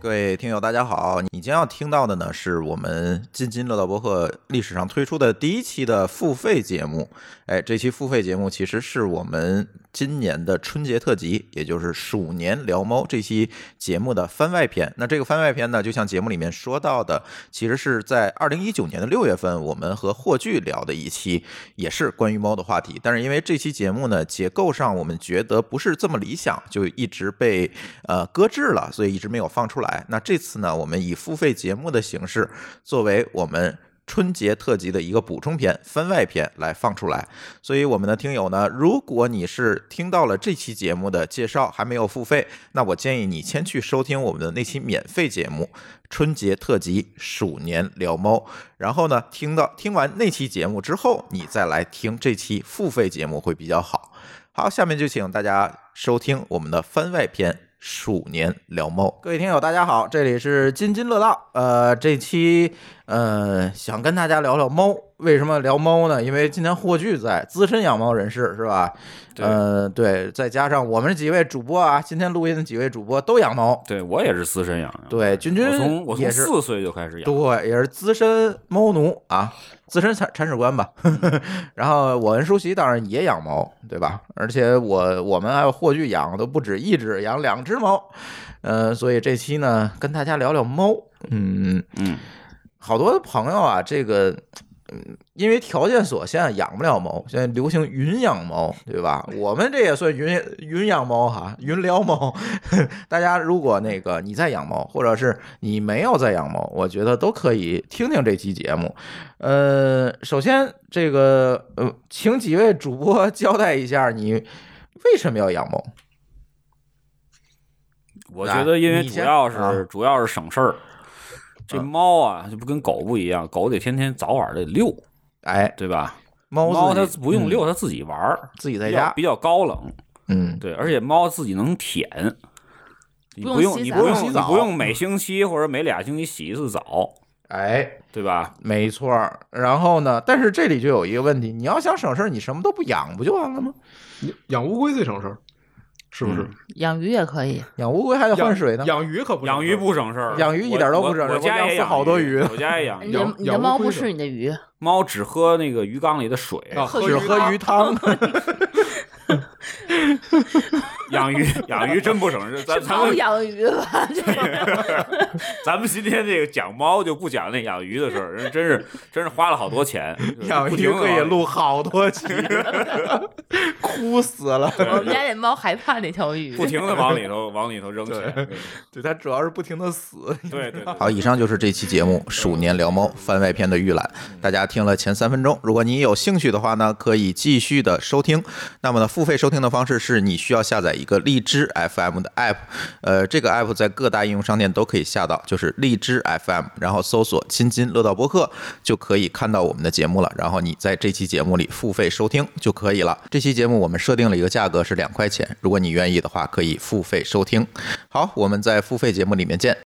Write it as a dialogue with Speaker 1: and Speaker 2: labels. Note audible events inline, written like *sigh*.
Speaker 1: 各位听友，大家好！你将要听到的呢，是我们津津乐道博客历史上推出的第一期的付费节目。哎，这期付费节目其实是我们今年的春节特辑，也就是鼠年聊猫这期节目的番外篇。那这个番外篇呢，就像节目里面说到的，其实是在二零一九年的六月份，我们和霍炬聊的一期，也是关于猫的话题。但是因为这期节目呢，结构上我们觉得不是这么理想，就一直被呃搁置了，所以一直没有放出来。来，那这次呢，我们以付费节目的形式作为我们春节特辑的一个补充篇、番外篇来放出来。所以，我们的听友呢，如果你是听到了这期节目的介绍还没有付费，那我建议你先去收听我们的那期免费节目《春节特辑鼠年聊猫》，然后呢，听到听完那期节目之后，你再来听这期付费节目会比较好。好，下面就请大家收听我们的番外篇。鼠年聊猫，各位听友，大家好，这里是津津乐道。呃，这期呃想跟大家聊聊猫，为什么聊猫呢？因为今天霍炬在，资深养猫人士是吧？呃，对，再加上我们几位主播啊，今天录音的几位主播都养猫，
Speaker 2: 对我也是资深养的，
Speaker 1: 对，君君
Speaker 2: 我从我从
Speaker 1: 也是
Speaker 2: 四岁就开始养，
Speaker 1: 对，也是资深猫奴啊，资深铲铲屎官吧。 *laughs* 然后我跟舒淇当然也养猫，对吧？而且我我们还有霍炬养的都不止一只，养两只猫。呃，所以这期呢，跟大家聊聊猫。嗯，
Speaker 2: 嗯，
Speaker 1: 好多朋友啊，这个。嗯，因为条件所限，养不了猫。现在流行云养猫，对吧？
Speaker 2: *laughs*
Speaker 1: 我们这也算云云养猫哈，云聊猫。 *laughs* 大家如果那个你在养猫，或者是你没有在养猫，我觉得都可以听听这期节目。呃，首先这个呃，请几位主播交代一下，你为什么要养猫？
Speaker 2: 我觉得因为
Speaker 1: 你
Speaker 2: 主
Speaker 1: 先
Speaker 2: 要
Speaker 1: 啊
Speaker 2: 是主要是省事儿，这
Speaker 1: 嗯
Speaker 2: 猫啊就不跟狗不一样，狗得天天早晚得遛，
Speaker 1: 哎，
Speaker 2: 对吧？
Speaker 1: 猫
Speaker 2: 猫
Speaker 1: 自
Speaker 2: 它
Speaker 1: 己
Speaker 2: 不用
Speaker 1: 嗯
Speaker 2: 遛，它自己玩儿，
Speaker 1: 自己在
Speaker 2: 比较
Speaker 1: 家，
Speaker 2: 比较高冷，
Speaker 1: 嗯，
Speaker 2: 对，而且猫自己能舔。你
Speaker 3: 不
Speaker 2: 不
Speaker 3: 用
Speaker 2: 用，
Speaker 3: 洗
Speaker 2: 你
Speaker 3: 澡
Speaker 1: 不
Speaker 2: 不
Speaker 1: 用
Speaker 2: 用，
Speaker 1: 洗
Speaker 2: 你
Speaker 1: 澡
Speaker 2: 不用每星期或者每俩星期洗一次澡，
Speaker 1: 哎，
Speaker 2: 对吧？
Speaker 1: 没错儿，然后呢？但是这里就有一个问题，你要想省事儿，你什么都不养不就完了吗？
Speaker 4: 你养乌龟最省事儿，是不是？
Speaker 3: 养鱼也可以，
Speaker 1: 养乌龟还得
Speaker 4: 养
Speaker 1: 嗯换水呢。
Speaker 4: 养鱼可不省事儿
Speaker 2: 养鱼不省事儿，
Speaker 1: 养鱼一点都不省事儿
Speaker 2: 我我家
Speaker 1: 我
Speaker 2: 也
Speaker 1: 养死好多鱼
Speaker 2: 鱼，我家也
Speaker 3: *laughs*
Speaker 2: 养
Speaker 3: 你
Speaker 2: 鱼。
Speaker 3: 的
Speaker 4: 啊养
Speaker 3: 你的
Speaker 4: 养乌
Speaker 3: 猫
Speaker 4: 龟
Speaker 3: 不
Speaker 4: 是
Speaker 3: 吃你的鱼，
Speaker 2: 猫只喝那个鱼缸里的水，
Speaker 4: 啊，
Speaker 1: 只喝鱼汤，
Speaker 2: *laughs* 养鱼养鱼真不省事。咱
Speaker 3: 是
Speaker 2: 咱
Speaker 3: 猫
Speaker 2: 们
Speaker 3: 养鱼吧？这个
Speaker 2: 咱们今天这个讲猫就不讲那养鱼的事儿，人真是真是花了好多钱。
Speaker 1: *laughs* *laughs* 养
Speaker 2: 不
Speaker 1: 鱼
Speaker 2: 停地
Speaker 1: 可以
Speaker 2: 往里
Speaker 1: 录好多 *laughs* 期，哭死了。
Speaker 3: 我们家那猫害怕那条鱼。 *laughs*
Speaker 2: 不停的往里头往里头扔钱。
Speaker 1: 对，它主要是不停的死。
Speaker 2: 对对对，
Speaker 1: 好，以上就是这期节目《鼠年聊猫》番外篇的预览。大家听了前三分钟，如果你有兴趣的话呢，可以继续的收听。那么呢，付费收听的方式是你需要下载一个荔枝 FM 的 app，呃，这个 app 在各大应用商店都可以下到，就是荔枝 FM，然后搜索“津津乐道播客”就可以看到我们的节目了。然后你在这期节目里付费收听就可以了。这期节目我们设定了一个价格是两块钱，如果你愿意的话，可以付费收听。好，我们在付费节目里面见。